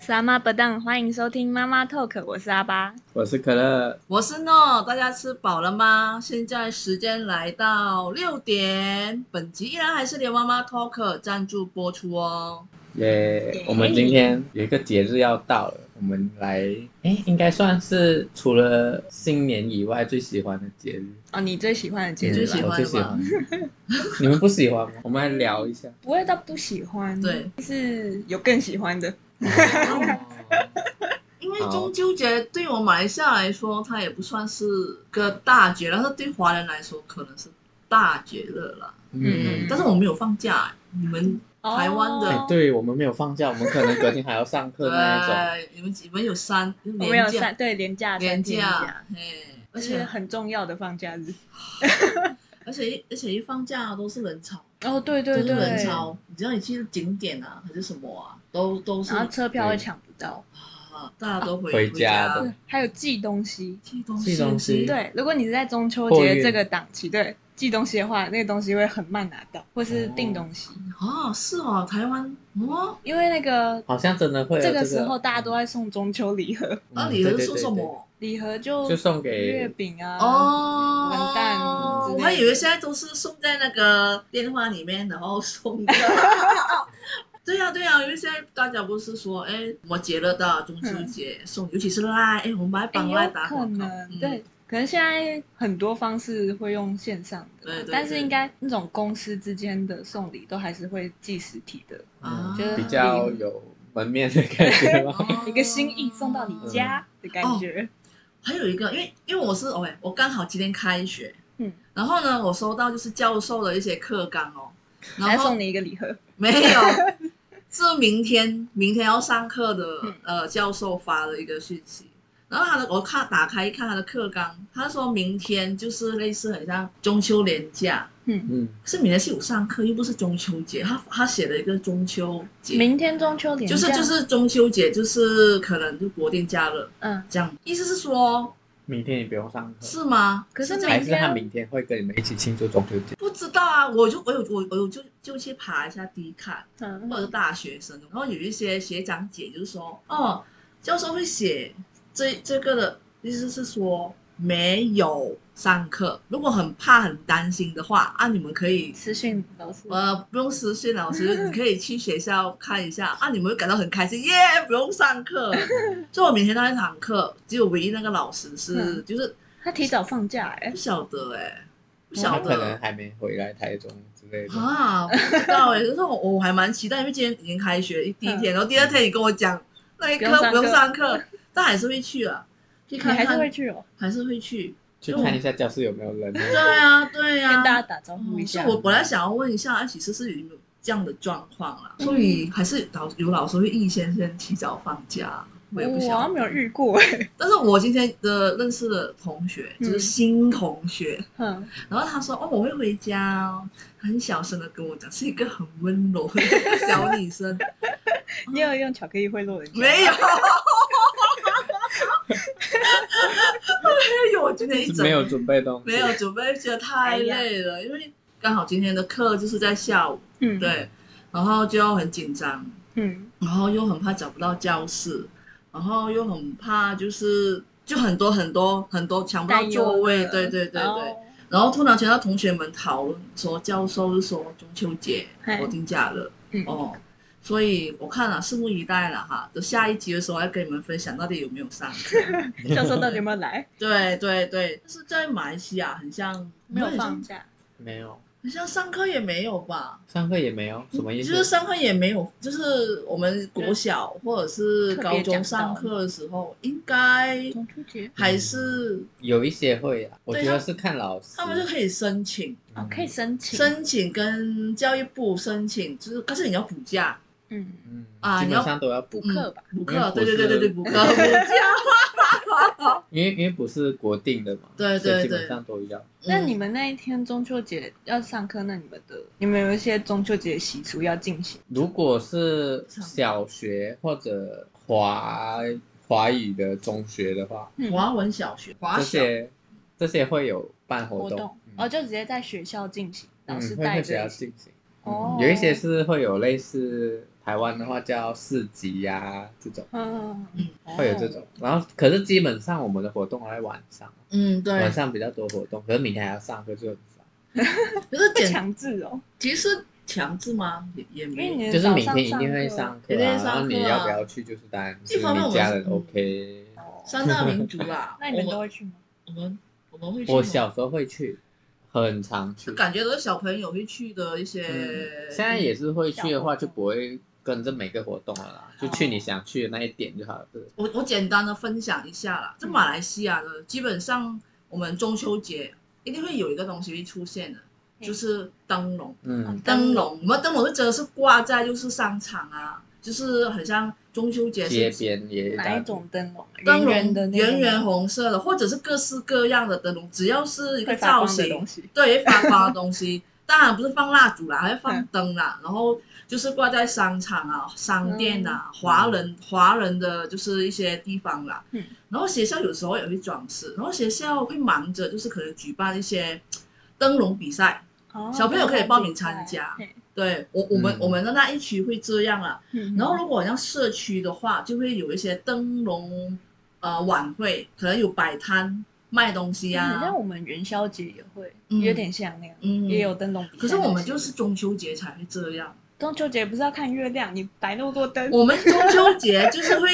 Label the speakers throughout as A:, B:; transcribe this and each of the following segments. A: 是阿妈不当，欢迎收听妈妈 Talk，我是阿巴。
B: 我是可乐，
C: 我是诺，大家吃饱了吗？现在时间来到六点，本集依然还是连妈妈 Talk 赞助播出哦。
B: 耶、
A: 耶
B: 我们今天有一个节日要到了，我们来，哎，应该算是除了新年以外最喜欢的节日。
A: 哦，你最喜欢的节
C: 你最
A: 日
C: 喜
A: 吧？
C: 欢
B: 我最喜欢。你们不喜欢吗？我们来聊一下。
A: 不会到不喜欢，
C: 对，
A: 是有更喜欢的。
C: 哦因为
B: 好
C: 中秋节对我马来西亚来说，它也不算是个大节，但是对华人来说可能是大节日啦。
B: 嗯，
C: 但是我没有放假，你们台湾的
B: 哎
A: 哦，
B: 对我们没有放假，我们可能隔天还要上课那一种。
C: 呃，你们你们有三
A: 我们有
C: 年
A: 三
C: 假，
A: 对连假
C: 年
A: 三天假
C: 假，，嘿，而
A: 而且
C: 且
A: 啊很重要的放假日。
C: 而且一而且一放假都是人潮。
A: 哦，对
C: 都
A: 对
C: 是
A: 对，
C: 人潮，你知道你去景点啊，还是什么啊，都都是
A: 然后车票会
B: 对
A: 抢不到，
C: 啊，大家都回
B: 回
C: 家
B: 家的
A: 对，还有寄东西。
C: 寄东
B: 寄东西
A: 对，如果你是在中秋
B: 货
A: 节
B: 运
A: 这个档期，对寄东西的话，那个东西会很慢拿到，或是
B: 哦
A: 订东西，
C: 哦，是哦，台湾哦，
A: 因为那个
B: 好像真的会有
A: 啊这
B: 个
A: 个时候大家都在送中秋礼盒，
B: 嗯
C: 啊那你是
B: 对
C: 说
B: 对
C: 什
B: 对对
C: 么？
A: 礼盒就
B: 就送给
A: 月饼啊，
C: 哦，
A: 文旦之类的
C: 我还以为现在都是送在那个电话里面，然后 送的。对呀、对呀、啊因为现在大家不是说，哎，什么节日到中秋节送，尤其是赖，哎，我们
A: 嗯
C: 还
A: 哎，
C: 帮赖
A: 有
C: 打
A: 可
C: 广告，嗯
A: 能对。可能现在很多方式会用线上的，
C: 对对
A: 但是
C: 对
A: 应该那种公司之间的送礼都还是会寄实体的，
B: 嗯
C: 啊
A: 就是
B: 比较有门面的感觉
C: 哦
B: 吧。
A: 一个心意送到你
C: 家。
A: 家的感
C: 哦
A: 觉。
C: 还有一个，因为因为我是 OK，我刚好今天开学，
A: 嗯，
C: 然后呢，我收到就是教授的一些课纲哦，
A: 还
C: 然后
A: 送你一个礼盒，
C: 没有，是明天明天要上课的、
A: 嗯
C: 呃教授发了一个讯息，然后他的我看打开一看他的课纲，他说明天就是类似很像中秋连假，
B: 嗯，
C: 可是明天是有上课，又不是中秋节，他他写了一个中秋节，
A: 明天中秋连假，
C: 就是就是中秋节，就是可能就国定假日
A: 嗯，
C: 这样，意思是说
B: 明天也不用上课。
C: 是吗？
A: 可是
C: 这样
B: 还是他明天会跟你们一起庆祝中秋节？
C: 不知道啊，我就我有我我就就去爬一下 D 卡，
A: 嗯
C: 或者是大学生，然后有一些学长姐就是说，哦，教授会写这这个的意思是说没有上课，如果很怕很担心的话，啊，你们可以。
A: 私讯老师，
C: 呃，不用私信老师，你可以去学校看一下啊，你们会感到很开心耶不用上课。就我每天那一堂课，只有唯一那个老师是，
A: 嗯
C: 就是
A: 他提早放假哎
C: 不，晓得哎、不
B: 他
C: 晓
B: 可
C: 得。
B: 能还没回来台中之类的。
C: 啊，不知道哎、欸，可是我我还蛮期待，因为今天已经开学第一天，然后第二天你跟我讲那一
A: 不用上
C: 科
A: 课
C: 不用上课，但还是会去啊，去
A: 你
C: 看
A: 还
C: 看，
A: 是会去哦，
C: 还是会去。
B: 去看一下教室有没有 人。
C: 对啊，对
A: 跟大家
C: 啊。
A: 打招呼一
C: 嗯是
A: 下。
C: 我本来想要问一下，哎其实是有没有这样的状况啦？
A: 嗯
C: 所以还是老有老师会预先先提早放假，我也
A: 哦
C: 不
A: 我好
C: 想
A: 像。没有遇过哎，
C: 但是我今天的认识的同学就是
A: 嗯
C: 新同学，
A: 嗯，
C: 然后他说：“哦，我会回家哦。”很小声的跟我讲，是一个很温柔的一个小 女生。
A: 你有用巧克力贿赂人家？
C: 没有， 没有，我今天一整
B: 没有准备东西。
C: 没有准备，觉得太累了，因为刚好今天的课就是在下午，
A: 嗯，
C: 对，然后就很紧张，
A: 嗯，
C: 然后又很怕找不到教室，然后又很怕就是就很多很多很多抢不到
A: 担忧
C: 座位，
A: 了
C: 对对对对。
A: 哦
C: 然后突然听到同学们讨论说，教授就说中秋节
A: 嗨
C: 国定假日，
A: 嗯
C: 哦，所以我看了，拭目以待了哈。等下一集的时候，要跟你们分享到底有没有上 课。
A: 教授到底有没有来？
C: 对对对，但是在马来西亚很像
A: 没有
C: 很像
A: 放假，
B: 没有
C: 很像上课也没有吧？
B: 上课也没有，什么意思？
C: 就是上课也没有，就是我们国小或者是高中上课的时候，应该
A: 中秋节
C: 还是
A: 嗯
B: 有一些会啊，我觉
C: 对
B: 得
C: 他
B: 是看老师。嗯
C: 他们就可以申请，
A: 哦，可以申请，
C: 申请跟教育部申请，就是但是你要补假。
A: 嗯，
B: 嗯
C: 啊
B: 基本上都要补
A: 补，课吧，
C: 补
B: 因为
C: 课，
B: 不
C: 对
B: 是
C: 对对对对， 补课补教。
B: 因为因为不是国定的嘛，
C: 对对
B: 所以基
C: 对
B: 本上都要。
C: 嗯
A: 那你们那一天中秋节要上课，那你们的你们有一些中秋节习俗要进行，
B: 如果是小学或者华华语的中学的话，
A: 嗯
C: 华文小学、华
B: 这
C: 小，
B: 些这些会有办活
A: 活
B: 动，
A: 动
B: 嗯
A: 哦，就直接在学校进行，老
B: 嗯
A: 师
B: 会
A: 带
B: 会比较
A: 着，
B: 进行。
A: 哦
B: 嗯，有一些是会有类似台湾的话叫市集呀、这种。
A: 嗯，
C: 嗯
B: 会有这种，然后可是基本上我们的活动还在晚上，
C: 嗯，
B: 晚
C: 对，
B: 上比较多活动，可是明天还要上课就很烦。
C: 可是
A: 会
C: 简
A: 强制哦，
C: 其实强制吗？也也
A: 因为
C: 没
A: 你
C: 有。
B: 就是
A: 早
B: 明
A: 上
B: 天一定会
A: 上
B: 上课
C: 一
B: 啊，
C: 定会上课啊
B: 然后你要不要去就是当然是
C: 一方面我
B: 你
C: 们
B: 家人
C: 嗯
B: OK。
C: 三大民族啦
A: 哦 ，那你们都
C: 我
A: 会去吗？
C: 我们我们会去吗，
B: 我小时候会去，很常去
C: 就，感觉都是小朋友会去的一些。
B: 嗯，现在也是会去的
A: 小
B: 话
A: 活
B: 就
A: 动
B: 不会跟着每个活动了啦，就去你想去的那一点就好了。对
C: 我我简单的分享一下啦，这马来西亚呢，基本上我们中秋节一定会有一个东西会出现的，
A: 嗯
C: 就是灯笼。
B: 嗯，
C: 灯笼，我们灯笼就真的是挂在就是商场啊，就是很像中秋节
B: 街
C: 是
B: 边也
A: 哪一种灯笼啊？
C: 灯笼
A: 圆圆的那
C: 圆
A: 种
C: 圆红色的，或者是各式各样的灯笼，只要是一个
A: 会发
C: 造
A: 光的
C: 型
A: 东，西，
C: 对，发光的东西，当然不是放蜡烛啦，还是放灯
A: 嗯
C: 啦，然后就是挂在商场啊、商店啊、华人华人的就是一些地方啦。
A: 嗯
C: 然后学校有时候也会装饰，然后学校会忙着就是可能举办一些灯笼比赛。
A: 哦
C: 小朋友可以报名参加
A: 对
C: 对我我们、
B: 嗯
C: 我们的那一区会这样啊，
A: 嗯
C: 然后如果好像社区的话，就会有一些灯笼呃晚会，可能有摆摊卖东西
A: 嗯
C: 啊
A: 像。我们元宵节也会，
C: 嗯
A: 有点像那样，
C: 嗯
A: 也有灯笼比赛那些。
C: 可是我们就是中秋节才会这 样。
A: 中秋节不是要看月亮，你摆那么多灯，
C: 我们中秋节就是会，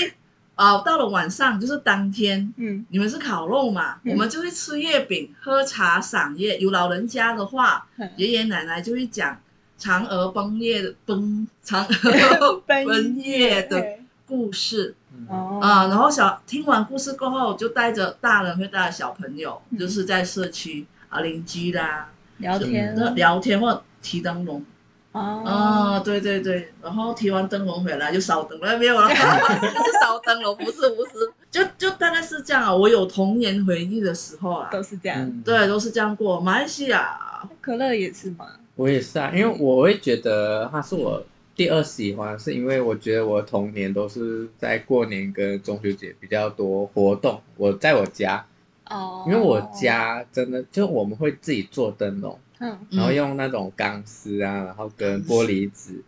C: 呃，到了晚上就是当天，
A: 嗯，
C: 你们是烤肉嘛，
A: 嗯
C: 我们就会吃月饼、喝茶、赏月。有老人家的话，
A: 嗯
C: 爷爷奶奶就会讲嫦娥奔月的奔 嫦娥奔月的
A: 对
C: 故事
B: 嗯
A: 哦
C: 啊、然后小听完故事过后，就带着大人会带着小朋友，
A: 嗯
C: 就是在社区啊邻居啦
A: 聊天
C: 那聊天或提灯笼
A: 嗯哦，
C: 啊、对对对，然后提完灯笼回来就烧灯了，没有了，啊是烧灯笼，不是不是，就就大概是这样啊。我有童年回忆的时候啊，
A: 都是这样。
B: 嗯，
C: 对，都是这样过。马来西亚，
A: 可乐也是嘛，
B: 我也是啊，因为我会觉得他是我第二喜欢，是因为我觉得我童年都是在过年跟中秋节比较多活动。我在我家，
A: 哦，
B: 因为我，家真的就我们会自己做灯笼，
A: 嗯，
C: 嗯
B: 然后用那种钢丝啊，然后跟玻璃纸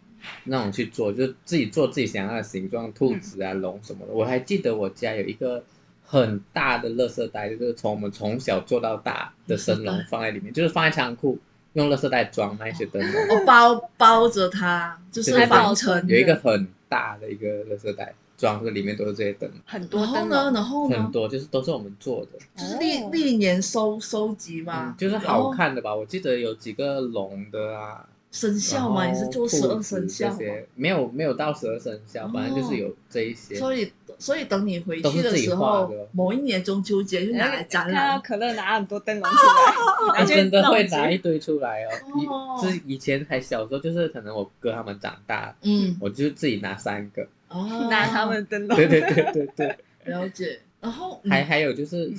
B: 那种去做，就自己做自己想要的形状，兔子
C: 嗯
B: 啊、龙什么的。我还记得我家有一个很大的垃圾袋，就是从我们从小做到大的生
C: 垃圾
B: 龙
C: 袋
B: 放在里面，就是放在仓库用垃圾袋装那些灯笼。
C: 我哦 包包着它，就是
B: 对
C: 防尘。
B: 有一个很大的一个垃圾袋，装着里面都是这些灯，
A: 很多
C: 然后
A: 灯
C: 呢，
A: 笼，
C: 然后
B: 很
C: 呢，
B: 多就是都是我们做的，
C: 就是历
A: 哦
C: 历年收收集嘛
B: 嗯，，就是
C: 然
B: 好
C: 后
B: 看的吧？我记得有几个龙的啊，
C: 生肖嘛，
B: 然
C: 也
B: 后
C: 是做
B: 兔
C: 十二
B: 子
C: 生肖嘛
B: 这，些，没有没有到十二生肖，反正就是有这一些。
C: 所以所以等你回
B: 都
C: 去
B: 是
C: 的
B: 自己
C: 时
B: 画
C: 候
B: 的，
C: 某一年中秋节就拿来展
A: 看
C: 览
A: 到。可乐拿很多灯笼 出来，
B: 哎
A: 然后
B: 真的会拿
A: 来。
B: 一堆出来哦，
C: 哦
B: 以是以前还小时候，就是可能我哥他们长大，
C: 嗯，
B: 我就自己拿三个，
C: 哦，
A: 拿他们灯笼，
B: 对对对对对，
C: 了解，然后
B: 还还有就是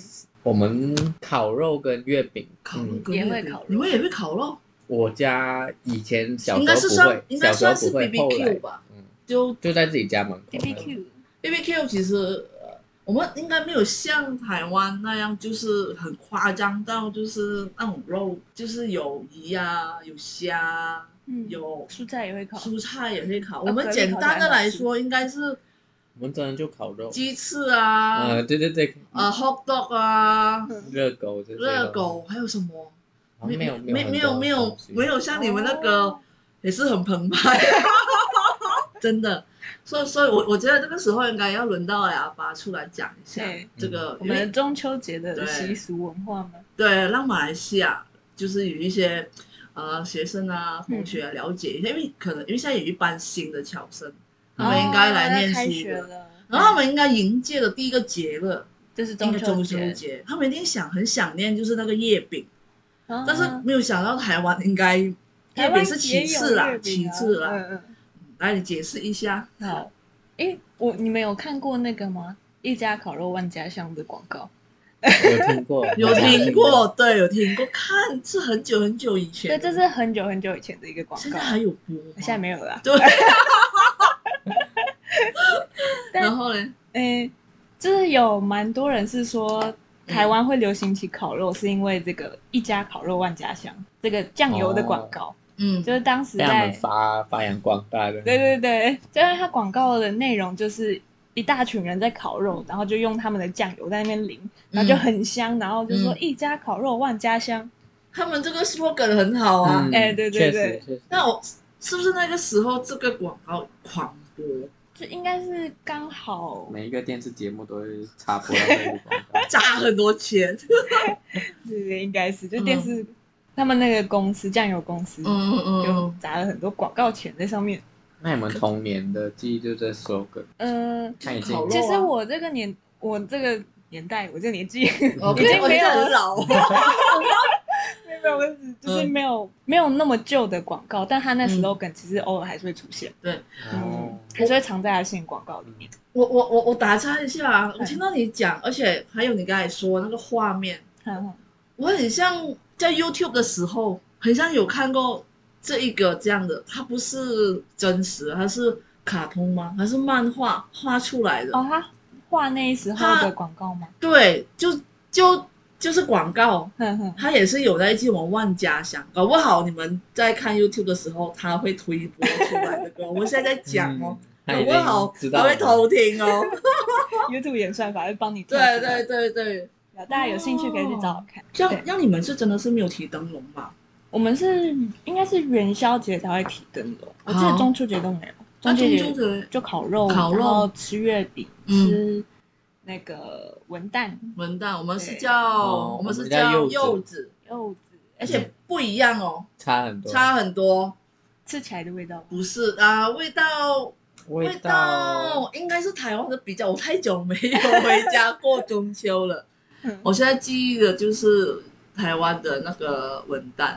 B: 我们烤肉跟月饼，
C: 烤肉
B: 嗯
C: 跟
A: 也
C: 月
A: 会
C: 饼
A: 烤肉
C: 你们也会烤肉，
B: 我家以前小
C: 应
B: 时
C: 该是
B: 候
C: 算
B: 不会，
C: 应
B: 小
C: 该
B: 时候
C: 算是
B: 不会，后来
C: BBQ 吧，
B: 嗯，
C: 就
B: 就在自己家门口。
A: B
B: 嗯
A: B Q，
C: B B Q 其实呃我们应该没有像台湾那样，就是很夸张到就是那种肉，就是有鱼啊，有虾啊，
A: 嗯，
C: 有
A: 蔬菜也会烤，
C: 蔬菜也会烤。
A: 那
C: 我们
A: 蛤蜊
C: 简
A: 烤
C: 单
A: 起
C: 的
A: 来好
C: 来
A: 吃
C: 说，应该是
B: 我们真的就烤肉，
C: 鸡翅啊，
B: 呃，对对对，
C: 呃，hot dog 啊，
A: 嗯
B: 热狗这些东西，
C: 热狗，还有什么？
B: 好像没有
C: 没
B: 有
C: 没有没有没
B: 有
C: 有像你们那个。也是很澎湃， 真的。所以，所以我我觉得这个时候应该要轮到阿巴出来讲一下
A: 对
C: 这个，
A: 嗯我
C: 因为
A: 们中秋节的
C: 对
A: 习俗文化吗？
C: 对让马来西亚就是有一些呃学生啊、
A: 嗯
C: 同学啊了解一下，因为可能因为现在有一班新的侨生，他们
A: 哦
C: 应该来
A: 要
C: 念
A: 开
C: 书
A: 学
C: 的，
A: 了，
C: 然后他们应该迎接的第一个节日，
A: 就是
C: 第
A: 中
C: 一个中秋
A: 节，
C: 节，他们一定想很想念就是那个月饼，
A: 啊
C: 但是没有想到台湾应该
A: 台
C: 月
A: 湾
C: 饼是
A: 也
C: 其
A: 有
C: 次啦，
A: 月饼
C: 其
A: 啊
C: 次啦。
A: 嗯嗯，
C: 来你解释一下。
A: 好，诶，我你们有看过那个吗？一家烤肉万家香的广告，
B: 有听过
C: 有听过，对，有听过，看是很久很久以前
A: 对，
C: 的，
A: 这是很久很久以前的一个广
C: 现
A: 告
C: 在，还有播吗？
A: 现在没有了啦。
C: 对，
A: 但
C: 然后呢？
A: 诶，就是有蛮多人是说台湾
C: 哦
A: 会流行起烤肉，是因为这个一家烤肉万家香这个酱油的广告。
C: 嗯，
A: 就是当时
B: 被他们
A: 在，
B: 发发扬光大的。
A: 对对对，就是它广告的内容就是一大群人在烤肉，然后就用他们的酱油在那边淋，然后就很香，然后就说
C: 嗯
A: 一家烤肉万家香，
C: 他们这个 slogan 很好啊。
B: 嗯，
A: 哎对对
B: 确
A: 对
B: 实确实。
C: 那我是不是那个时候这个广告狂播？。
A: 这应该是刚好
B: 每一个电视节目都会插播到这个广告
C: 砸很多钱？
A: 是应该是就电视、他们那个公司酱油公司、
C: 嗯嗯
A: 就
C: 嗯，
A: 砸了很多广告钱在上面。
B: 那你们童年的记忆就这首歌，
A: 嗯、
B: 看已经
C: 烤肉啊
A: 其实我这个年我这个年代我这个年纪
C: 我
A: 已经
C: 我
A: 没有
C: 现在很老哦。
A: 没有没有我只就是
C: 嗯
A: 没有、没有那么旧的广告，但他那 slogan 其实偶尔还是会出现，
B: 哦，
A: 还是会藏在他现广告里面。
C: 我我我我打岔一下啊，我听到你讲，而且还有你刚才说那个画面，
A: 嗯
C: 我很像在 YouTube 的时候，很像有看过这一个这样的，它不是真实，它是卡通吗？还是漫画画出来的？
A: 哦，他画那时候的广告吗？
C: 对，就就就是广告，
A: 哼哼，
C: 它也是有在进我们万家香，搞不好你们在看 YouTube 的时候，它会推播出来的歌。我们现在在讲哦，
B: 嗯，
C: 搞不好
B: 他已经知
C: 它
B: 道
C: 会偷
B: 了。
C: 听哦。
A: ，YouTube 演算法会帮你跳出来
C: 对对哦对对，
A: 大家有兴趣可以去找找看。
C: 像
A: 对
C: 像你们是真的是没有提灯笼吧？
A: 我们是应该是元宵节才会提灯笼，我记得
C: 好
A: 中秋节都没有，
C: 那
A: 秋
C: 中
A: 节
C: 秋节
A: 就烤肉，
C: 烤肉
A: 然后吃月饼，
C: 嗯
A: 吃那个文旦
C: 文旦，我们是
A: 对
C: 叫
B: 哦
C: 我们是
B: 我们叫柚
C: 叫
B: 子嗯
C: 柚子，
A: 柚子，
C: 而且不一样哦，
B: 差很多，
C: 差很多。
A: 吃起来的味道
C: 不是啊，味道
B: 味道
C: 道应该是台湾的比较，我太久没有回家过中 秋了。
A: 哦
C: 我现在记忆的就是台湾的那个文旦，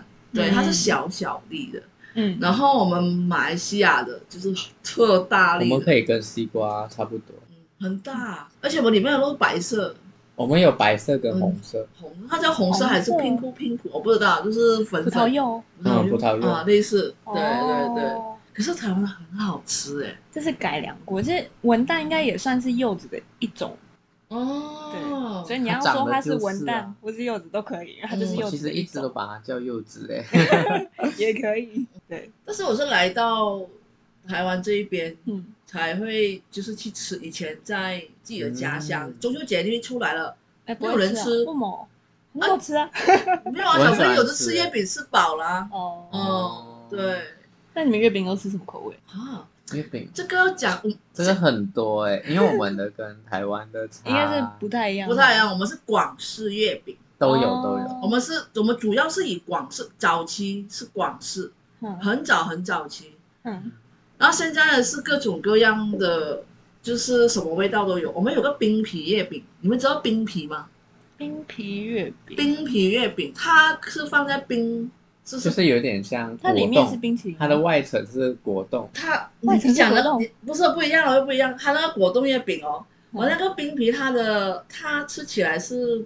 A: 嗯
C: 对，它是小小粒的。
A: 嗯，
C: 然后我们马来西亚的就是特大
B: 我
C: 粒
B: 们
C: 的，
B: 可以跟西瓜差不多。
C: 嗯很大，而且我们里面的都是白色
B: 我们有白色跟红色，
C: 红，它叫红色
A: 红色
C: 还是拼扑拼扑，我不知道，就是粉
A: 葡
C: 粉
A: 萄柚，
B: 嗯，葡萄
C: 啊，
B: 柚，
C: 类似，对
A: 哦
C: 对对。可是台湾的很好吃哎，
A: 这是改良过，这文旦应该也算是柚子的一种，
C: 哦
A: 所以你要
B: 它长
A: 说
B: 得
A: 它是文
B: 就是
A: 旦
B: 啊
A: 或是柚子都可以，它就是
C: 嗯
A: 柚
B: 我其
A: 子的
B: 实一直
A: 种，
B: 都把它叫柚子欸嘞。
A: 也可以。对，
C: 但是我是来到台湾这一边
A: 嗯，
C: 才会，就是去吃以前在自己的家乡、
B: 嗯
C: 中秋节就会出来了，
A: 哎，
C: 没有
A: 不会
C: 人
A: 啊
C: 吃
A: 不某，很好吃啊。
C: 没有啊，
B: 我很
C: 小朋
B: 喜欢
C: 友就
B: 吃
C: 吃月饼吃饱啦。
A: 哦，
C: 哦对
A: 那你们月饼都吃什么口味？
C: 啊，
B: 月饼
C: 这个要讲嗯
B: 真的很多哎、因为我们的跟台湾的差
A: 应该是不太一样，
C: 不太一样，。我们是广式月饼，
B: 都有
A: 哦
B: 都有，
C: 我们是我们主要是以广式早期是广式，
A: 嗯
C: 很早很早期，
A: 嗯
C: 然后现在是各种各样的，就是什么味道都有。我们有个冰皮月饼，你们知道冰皮吗？
A: 冰皮月饼，
C: 冰皮月饼，它是放在冰，就
B: 就是是有点像
A: 它
B: 果
A: 里面是
B: 冻，
A: 冰淇淋，嗯
B: 它的外层是果冻，
C: 它
A: 外
C: 你
A: 层是
C: 讲
A: 果
C: 的
A: 冻
C: 你不是不一样了，又不一样。它那个果冻月饼哦，我那个冰皮它的它吃起来是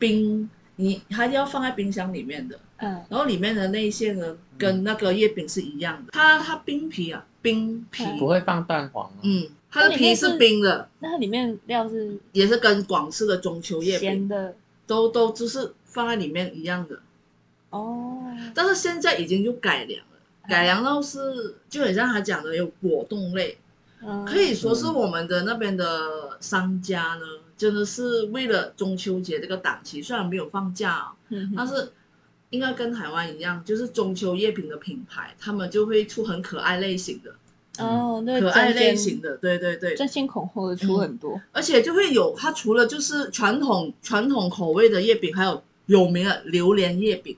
C: 冰，你它要放在冰箱里面的，
A: 嗯
C: 然后里面的内馅呢跟那个月饼是一样的。它它冰皮啊，冰皮，
B: 不会放蛋黄、哦。
C: 嗯，它的皮是冰的，
A: 那它里面料是
C: 也是跟广式的中秋月饼
A: 咸的
C: 都都就是放在里面一样的，
A: 哦，
C: 但是现在已经就改良了，改良到是就很像他讲的有果冻类，
A: 嗯
C: 可以说是我们的那边的商家呢，真的是为了中秋节这个档期，虽然没有放假哦、
A: 嗯
C: 但是应该跟台湾一样，就是中秋月饼的品牌，他们就会出很可爱类型的，
A: 哦，对，
C: 可爱
A: 中间
C: 类型的，对对对，
A: 争先恐后的出很多，
C: 而且就会有它除了就是传统传统口味的月饼，还有有名的榴莲月饼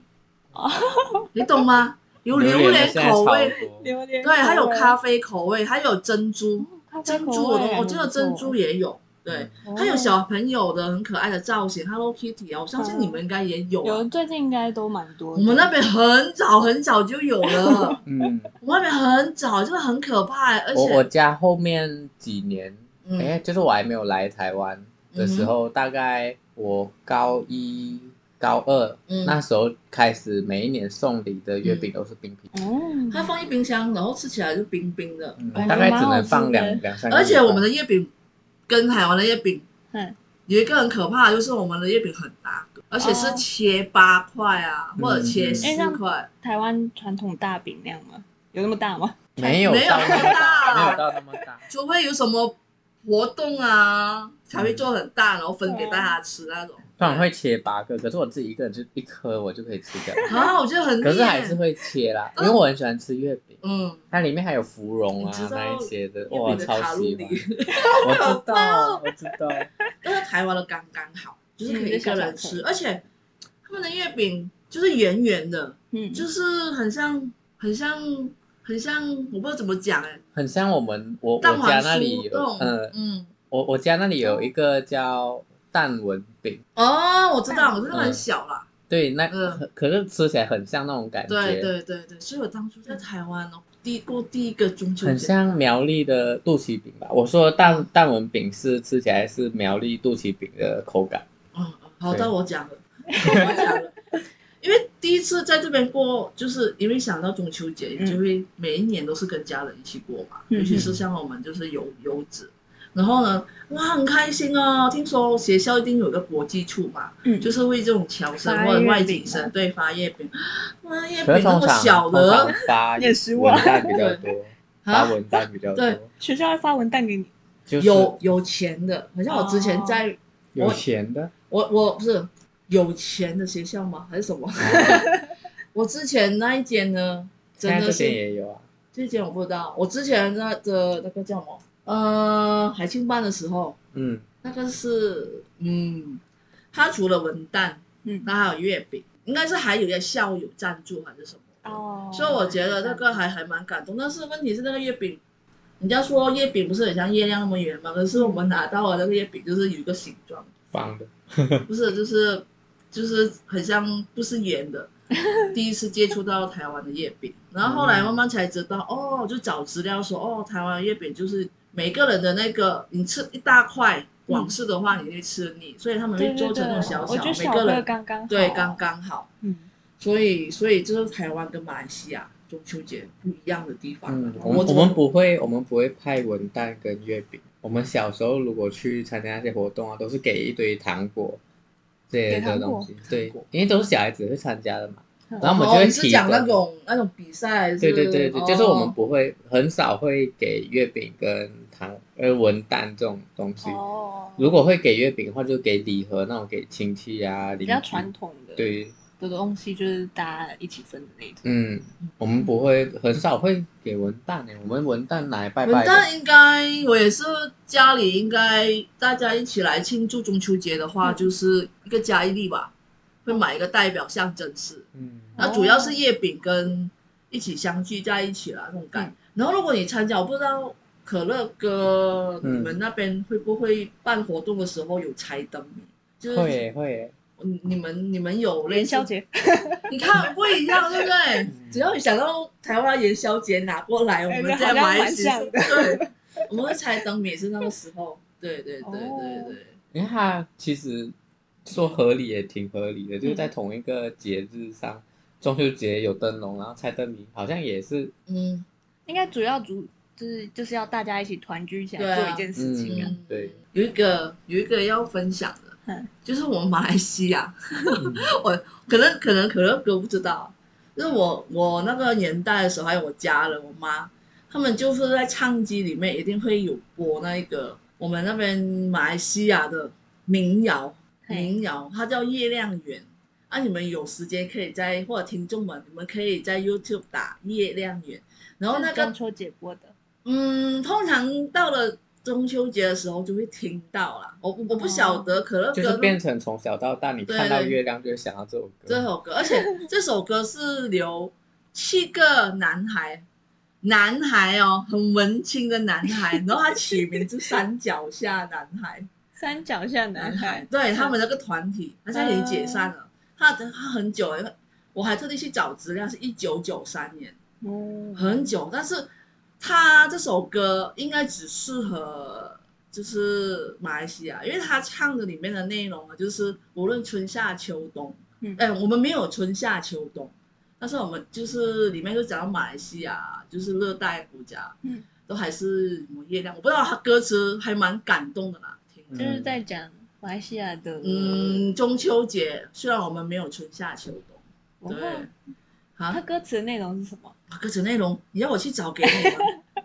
A: 哦，
C: 你懂吗？有榴
B: 榴莲
C: 莲
B: 的现在
C: 口
B: 超
C: 味，
B: 多，，
A: 榴莲
C: 嗯对，还有咖
A: 啡，
C: 啡口味，还有珍珠，
A: 咖啡
C: 珍
A: 口味
C: 珠我都
A: 还
C: 我
A: 不
C: 记得珍
A: 错
C: 珠，也有，对，
A: 哦
C: 还有小朋友的很可爱的造型，Hello Kitty 啊，我相信你们应该也有啊
A: 有最近应该都蛮多的，
C: 我们那边很早很早就有了
B: 嗯，
C: 我们那边很早，就是很可怕欸，而
B: 我我
C: 且
B: 家后面几年，哎、
C: 嗯
B: 就是我还没有来台湾的时候，大概我高一、高二、
C: 嗯
B: 那时候开始，每一年送礼的月饼都是冰皮，
A: 嗯，
C: 它放一冰箱，然后吃起来就冰冰的，
B: 嗯
A: 感觉
B: 大概只
A: 蛮好
B: 能
A: 吃
B: 放
A: 的
B: 两两三个礼拜。
C: 而且我们的月饼跟台湾的月饼
A: 嗯哦
C: 有一个很可怕，的就是我们的月饼很大个，而且是切八块啊，或者切四
A: 嗯
C: 块，
A: 台湾传统大饼那样吗？有那么大吗？
B: 没有
C: 没有
B: 到那么
C: 大
B: 没有到那么大。
C: 除非有什么活动啊，才会做很大，然后分给大家吃那
B: 通
C: 种。
B: 嗯常会切八个，可是我自己一个人就一颗我就可以吃 掉，
C: 啊，我觉得很厉害。
B: 可是还是会切啦，因为我很喜欢吃月饼，
C: 嗯，
B: 它里面还有芙蓉
C: 你
B: 啊
C: 知道
B: 那一些的，
C: 月
B: 哇，
C: 饼的
B: 超
C: 卡路
B: 喜
C: 里
B: 欢。我知 道，我知道，
C: 但是台湾的刚刚好，就是可
A: 嗯
C: 以
A: 就
C: 一个
A: 小小
C: 人
A: 颗
C: 吃，而且他们的月饼就是圆圆的，
A: 嗯，
C: 就是很像很像很像，我不知道怎么讲哎，
B: 很像我们我我
C: 蛋黄
B: 家那里
C: 酥
B: 有
C: 那，种，
B: 嗯，
C: 嗯。
B: 我我家那里有一个叫蛋文饼，
C: 哦，我知道，我知道
B: 嗯
C: 很小啦。
B: 对，那
C: 嗯
B: 可可是吃起来很像那种感
C: 对
B: 觉，
C: 对对对，所以我当初在台湾哦，第过第一个中秋
B: 很
C: 节，
B: 像苗栗的肚脐饼吧？我说蛋
C: 嗯
B: 蛋文饼是吃起来是苗栗肚脐饼的口感。
C: 嗯，嗯好
B: 对
C: 到我讲了，我讲了。因为第一次在这边过，就是因为想到中秋节，
A: 嗯
C: 就会每一年都是跟家人一起过嘛，
A: 嗯
C: 尤其是像我们就是游游子，然后呢，哇，很开心哦。听说学校一定有一个国际处嘛，
A: 嗯
C: 就是会这种侨生
A: 发
C: 或者外
A: 月饼
C: 景
A: 嘛
C: 生对发月饼，哇，月饼
B: 可是
C: 那
B: 通
C: 么
B: 常
C: 小
B: 通
C: 的
B: 常发
A: 也失
B: 文
A: 望
B: 蛋比较多，发
C: 啊，
B: 文蛋比较多，
C: 对
A: 学校会发文蛋给你，
B: 就是哦
C: 有有钱的，好像我之前在
B: 有钱的，
C: 我我不是有钱的学校吗？还是什么？ 我之前那一间呢，
B: 现在
C: 真
B: 这
C: 的
B: 边
C: 是
B: 也有啊。
C: 这间我不知道。我之前那的那个叫什么？呃，海庆办的时候，
B: 嗯，
C: 那个是嗯，它除了文旦，
A: 嗯
C: 它还有月饼，应该是还有一个校友赞助还是什么的。
A: 哦
C: 所以我觉得那个还还蛮感动。但是问题是那个月饼，人家说月饼不是很像月亮那么圆吗？可是我们拿到的那个月饼就是有一个形状。
B: 方的，
C: 不是，就是就是很像不是 圆的。第一次接触到台湾的月饼，然后后
A: 嗯
C: 来慢慢才知道，哦，就找资料说，哦，台湾月饼就是每个人的那个，你吃一大块，广式的话你会吃腻，所以他
A: 嗯
C: 们
A: 对
C: 会
A: 对
C: 做
A: 对
C: 成那种小
A: 我觉得
C: 每
A: 小
C: 个
A: 个
C: 人
A: 刚刚好
C: 对刚刚好。
A: 嗯，
C: 所以所以就是台湾跟马来西亚中秋节不一样的地方。啊
B: 嗯，我
C: 我
B: 们我
C: 怎
B: 们
C: 么
B: 不会，我们不会派文蛋跟月饼。我们小时候如果去参加那些活动啊，都是给一堆糖果这些
A: 给糖
B: 的
A: 果
B: 东西，对
C: 糖果，
B: 因为都是小孩子会参加的嘛。
A: 嗯
B: 然后我们就
C: 哦
B: 会
C: 你
B: 提
C: 是讲
B: 的
C: 那种那种比赛还是？
B: 对对对对，就是我们
C: 哦
B: 不会很少会给月饼跟糖呃文蛋这种东西。
A: 哦，
B: 如果会给月饼的话，就给礼盒那种给亲戚啊，
A: 比
B: 邻
A: 较
B: 居
A: 传统的
B: 对，
A: 的东西，就是大家一起分的那种。
B: 嗯，我们不会很少会给文蛋诶，我们文蛋拿来拜
C: 文
B: 拜的。
C: 旦应该，我也是家里应该大家一起来庆祝中秋节的话，
A: 嗯
C: 就是一个加一粒吧，会买一个代表象征式。
B: 嗯，
C: 那主要是月饼跟一起相聚在一起啦，那种感。
A: 嗯
C: 然后如果你参加，我不知道可乐哥、
B: 嗯
C: 你们那边会不会办活动的时候有猜灯谜？就是
B: 会耶会耶，
C: 你你们你们有类
A: 元
C: 似
A: 宵节，
C: 你看不一样，对不对？
B: 嗯
C: 只要你想到台湾元宵节拿过来，我
A: 哎
C: 们再买一些
A: 好像，
C: 对，我们会猜灯谜是那个时候，对对对对对，
B: 因为它其实说合理也挺合理
C: 嗯
B: 的，就是在同一个节日上，中秋节有灯笼，然后猜灯谜，好像也 是
C: 嗯
A: 应该主要主就是就是要大家一起团聚起
C: 对
A: 来
C: 啊
A: 做一件事情啊。
C: 嗯，
B: 对，
C: 有一个有一个要分享的
A: 嗯，
C: 就是我们马来西亚，
B: 嗯
C: 可能可能可能哥不知道，就是我我那个年代的时候，还有我家人，我妈，他们就是在唱机里面一定会有播那个我们那边马来西亚的民谣，
A: 嘿
C: 民谣它叫《月亮圆》。啊，你们有时间可以在或者听众们，你们可以在 YouTube 打《月亮圆》，然后那
A: 这是
C: 个
A: 中秋节播的，
C: 嗯，通常到了中秋节的时候就会听到啦。我我不晓得可乐哥
B: 哦就是变成从小到大，你
C: 对
B: 看到
C: 对
B: 月亮就会想到这首歌。
C: 这首歌，而 且这首歌是由七个男孩，男孩哦，很文青的男孩，然后他取名是山脚下男孩，
A: 三脚下男
C: 男
A: 孩
C: 孩，，对他们那个团体，
A: 嗯
C: 他现在已经解散了，他他很久了，我还特地去找资料，是一九九三年，
A: 嗯，
C: 很久，但是他这首歌应该只适合。就是马来西亚，因为他唱的里面的内容啊，就是无论春夏秋冬，
A: 嗯
C: 哎，我们没有春夏秋冬，但是我们就是里面就讲到马来西亚，就是热带国家，
A: 嗯，
C: 都还是什么月亮，我不知道他歌词还蛮感动的啦，听
A: 嗯就
C: 着
A: 是在讲马来西亚的
C: 嗯，中秋节虽然我们没有春夏秋冬，
A: 文化，
C: 对，啊
A: 它，歌词的内容是什么？
C: 歌词内容你要我去找给你吗？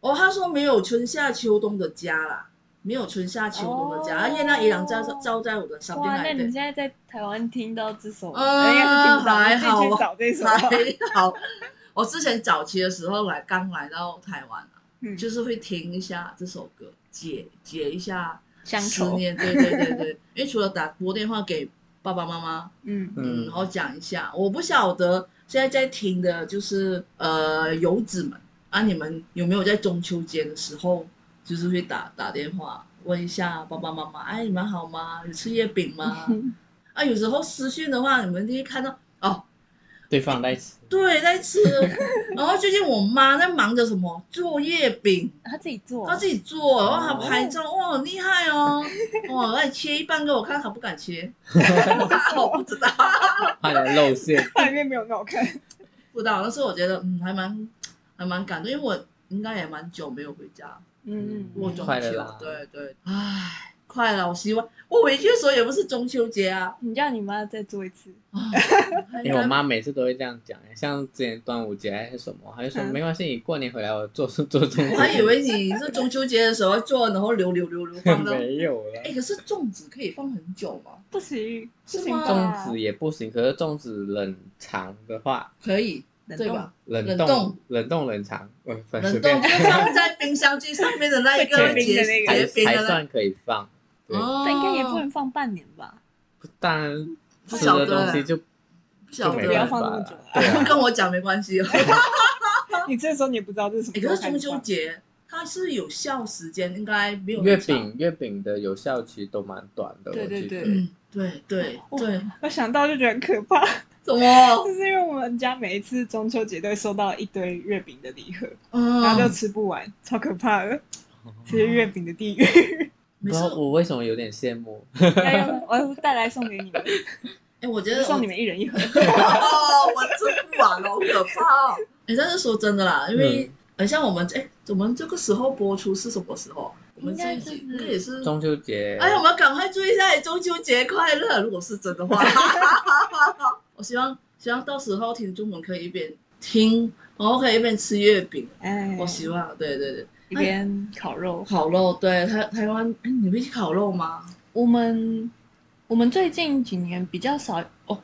C: 哦，他说没有春夏秋冬的家啦，没有春夏秋冬的家，
A: 哦
C: 啊月亮依然照照在我的上边
A: 哇，那
C: 来
A: 你
C: 的
A: 现。在在台湾听到这首，
C: 呃
A: 应该是听不到，
C: 还
A: 你自己去
C: 好
A: 找这首。
C: 还好，我之前早期的时候来刚来到台湾啊，
A: 嗯
C: 就是会听一下这首歌，解解一下
A: 乡
C: 思
A: 愁，
C: 念。对对对对，因为除了打拨电话给爸爸妈妈，
A: 嗯，
C: 嗯，
B: 嗯
C: 然，后讲一下，我不晓得现在在听的就是呃游子们啊，你们有没有在中秋节的时候就是会打打电话问一下爸爸妈妈，哎，你们好吗？有吃月饼吗？啊，有时候私讯的话，你们就会看到哦，
B: 对方在吃，
C: 对，在吃。然后最近我妈在忙着什么做月饼，
A: 他自己做，
C: 她自己做，然后她拍照，哇，很厉害哦，哇，那你切一半给我看，她不敢切，
A: 哦
C: 我不知道，
B: 怕来露 馅。
A: 外啊面没有那么好看。
C: 不知道。但是我觉得，嗯，还蛮还蛮感动，因为我应该也蛮久没有回家
A: 嗯，
C: 过中
B: 快了
C: 秋
B: 啦，
C: 对对，唉，快了，我希望我回去的时候也不是中秋节啊，
A: 你叫你妈再做一次，
C: 啊
B: 哎、我妈每次都会这样讲，哎像之前端午节还是什么，她就说、
A: 嗯
B: 没关系，你过年回来我做做粽子。
C: 我还以为你是中秋节的时候做，然后留留留留放到。
B: 没有了
C: 哎、。可是粽子可以放很久吗？
A: 不行，
C: 是
A: 不行
C: 吗
A: 吧
B: 粽子也不行，可是粽子冷藏的话，
C: 可以，
A: 冷
C: 对
A: 冻
C: 吧？
B: 冷
C: 冷冻
B: 冻冷冻冷藏，我 反正
C: 冷
B: 随
C: 冻
B: 便
C: 就是放在冰箱最上面的那一个
B: 会
C: 会
A: 结冰
C: 结
A: 的那
B: 还
A: 个
C: 结冰
B: 还
C: 的那
B: 算可以放。对，
C: 哦，
A: 但应该也不能放半年吧？
B: 当然
C: 不
B: 吃
C: 晓
B: 的
C: 得
B: 东西就
C: 不晓
B: 就
C: 得，
B: 没
A: 不要
B: 办
A: 放
B: 法
A: 那么
B: 了
A: 久啊
B: 对啊，
C: 跟我讲没关 系。哦
A: 你这时候你也不知道这是什么
C: 啊哎，
A: 时
C: 可
A: 候
C: 是
A: 开
C: 中
A: 始放。
C: 秋节它是有效时间，应该没有
B: 月
C: 很长。
B: 饼月饼的有效期都蛮短的，
A: 对
B: 我
A: 对
B: 记
A: 对
B: 得
C: 嗯，对对
A: 哦
C: 对，
A: 我想到就觉得很可怕，
C: 怎么？
A: 就是因为我们家每一次中秋节都会收到一堆月饼的礼盒，然后就
C: 嗯，
A: 吃不完，超可怕 的，这是月饼的地狱。
B: 不
C: 没
B: 知
C: 事
B: 道。我为什么有点羡慕，
A: 要用哎我带来送给你们，
C: 哎，我觉
A: 就
C: 得
A: 送你们一人一盒。
C: 哦，我吃不完了，好可怕哦！哎，但是说真的啦，因为
B: 嗯
C: 很像我们哎，我们这个时候播出是什么时候？我们
A: 应该
C: 这一集
A: 就是
C: 应该也是
B: 中秋节，
C: 嗯哎，我们赶快祝一下中秋节快乐！如果是真的话， 我希望希望到时候听众们可以一边听，然后可以一边吃月饼。
A: 哎，
C: 我希望，对对对，
A: 一边烤肉。
C: 烤肉，对台台湾，哎，你会去烤肉吗？
A: 我们我们最近几年比较少哦，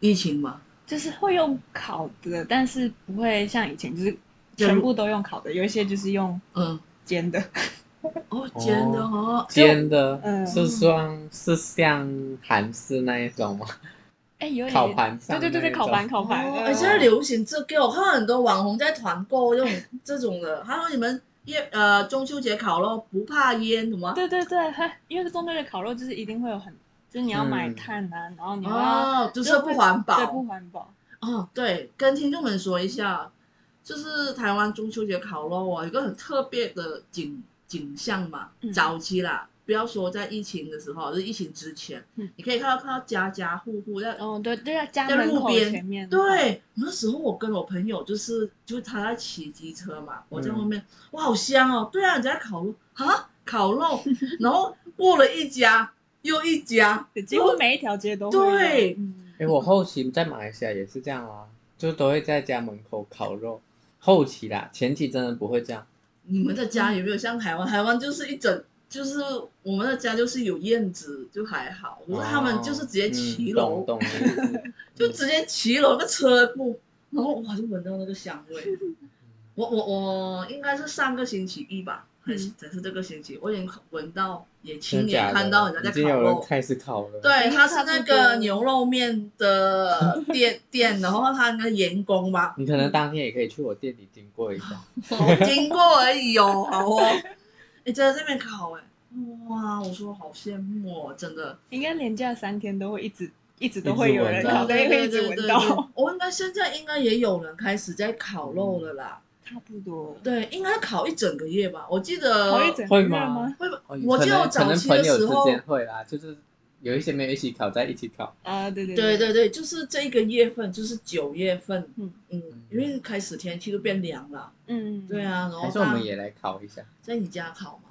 C: 疫情嘛，
A: 就是会用烤的，但是不会像以前就是
C: 就
A: 全部都用烤的，有一些就是用
C: 嗯，
A: 煎的。
C: 哦，真的哦，
B: 煎的
A: 嗯
B: 是双是像韩式那一种吗？
A: 哎，有点
B: 烤盘上
A: 对对对对，
B: 那一种
A: 烤盘烤
C: 哦，
A: 盘。
C: 哎，
A: 嗯
C: 现在流行这个，我看到很多网红在团购这种这种的，他说你们夜呃中秋节烤肉不怕烟什么？
A: 对对对，还因为中秋的烤肉就是一定会有很，就是你要买
B: 嗯
A: 炭啊，然后你要
C: 哦，就
A: 就是是
C: 不环保，
A: 对，不环保。
C: 哦，对，跟听众们说一下，就是台湾中秋节烤肉啊，有一个很特别的景景象嘛
A: 嗯。
C: 早期啦，不要说在疫情的时候，就是疫情之前，
A: 嗯
C: 你可以看到看到家家户户在。
A: 嗯，对，就在家
C: 在
A: 门
C: 路
A: 口
C: 边
A: 前面。，
C: 对，那时候我跟我朋友就是，就是他在骑机车嘛，我在
B: 嗯
C: 后面，哇，好香哦！对啊，人家在烤肉啊，烤 肉，然后过了一家又一家，
A: 几乎每一条街都会有。
C: 对
A: 嗯
B: 哎、我后期在马来西亚也是这样啊，就都会在家门口烤肉。后期啦，前期真的不会这样。
C: 你们的家有没有像台
B: 嗯
C: 湾？台湾就是一整，就是我们的家就是有院子，就还好。可是他们就是直接骑楼，
B: 哦嗯懂懂的意思
C: 就直接骑楼那车库，然后哇就闻到那个香 味。我我我应该是上个星期一吧，还是还是这个星期，我已经闻到，也亲
B: 真假
C: 眼
B: 的
C: 看到人家
B: 已
C: 在
B: 经
C: 烤
B: 有人
C: 肉。
B: 开始烤了。，
C: 对，他
A: 差
C: 是
A: 不
C: 那
A: 多
C: 个牛肉面的 店店，然后他那个员工吧，
B: 你可能当天也可以去我店里经过一下。
C: 啊我经过而已哦，好哦。你真的这边烤哎、哇！我说好羡慕哦，真的
A: 应该连假三天都会一直一直都会有人
B: 一直闻
A: 烤，
B: 到
A: 对，会一直闻到，。
C: 我应该现在应该也有人开始在烤肉了啦。
A: 差不多。
C: 对，应该烤一整个月吧。我记得
A: 烤一整个
B: 会
A: 月
B: 吗
A: 吗？
C: 会
B: 哦
C: 我记得我
B: 可能
C: 早
B: 可能
C: 期的
B: 朋友
C: 时
B: 之
C: 候，
B: 间会啦，就是有一些没有一起烤，在一起烤。
A: 啊，对对
C: 对，对对，就是这一个月份，就是九月份，
A: 嗯
C: 嗯，因为开始天气都变凉了。
A: 嗯，
C: 对，啊，然
B: 还
C: 后
B: 是我
C: 大
B: 们也来烤一下？
C: 在你家烤嘛，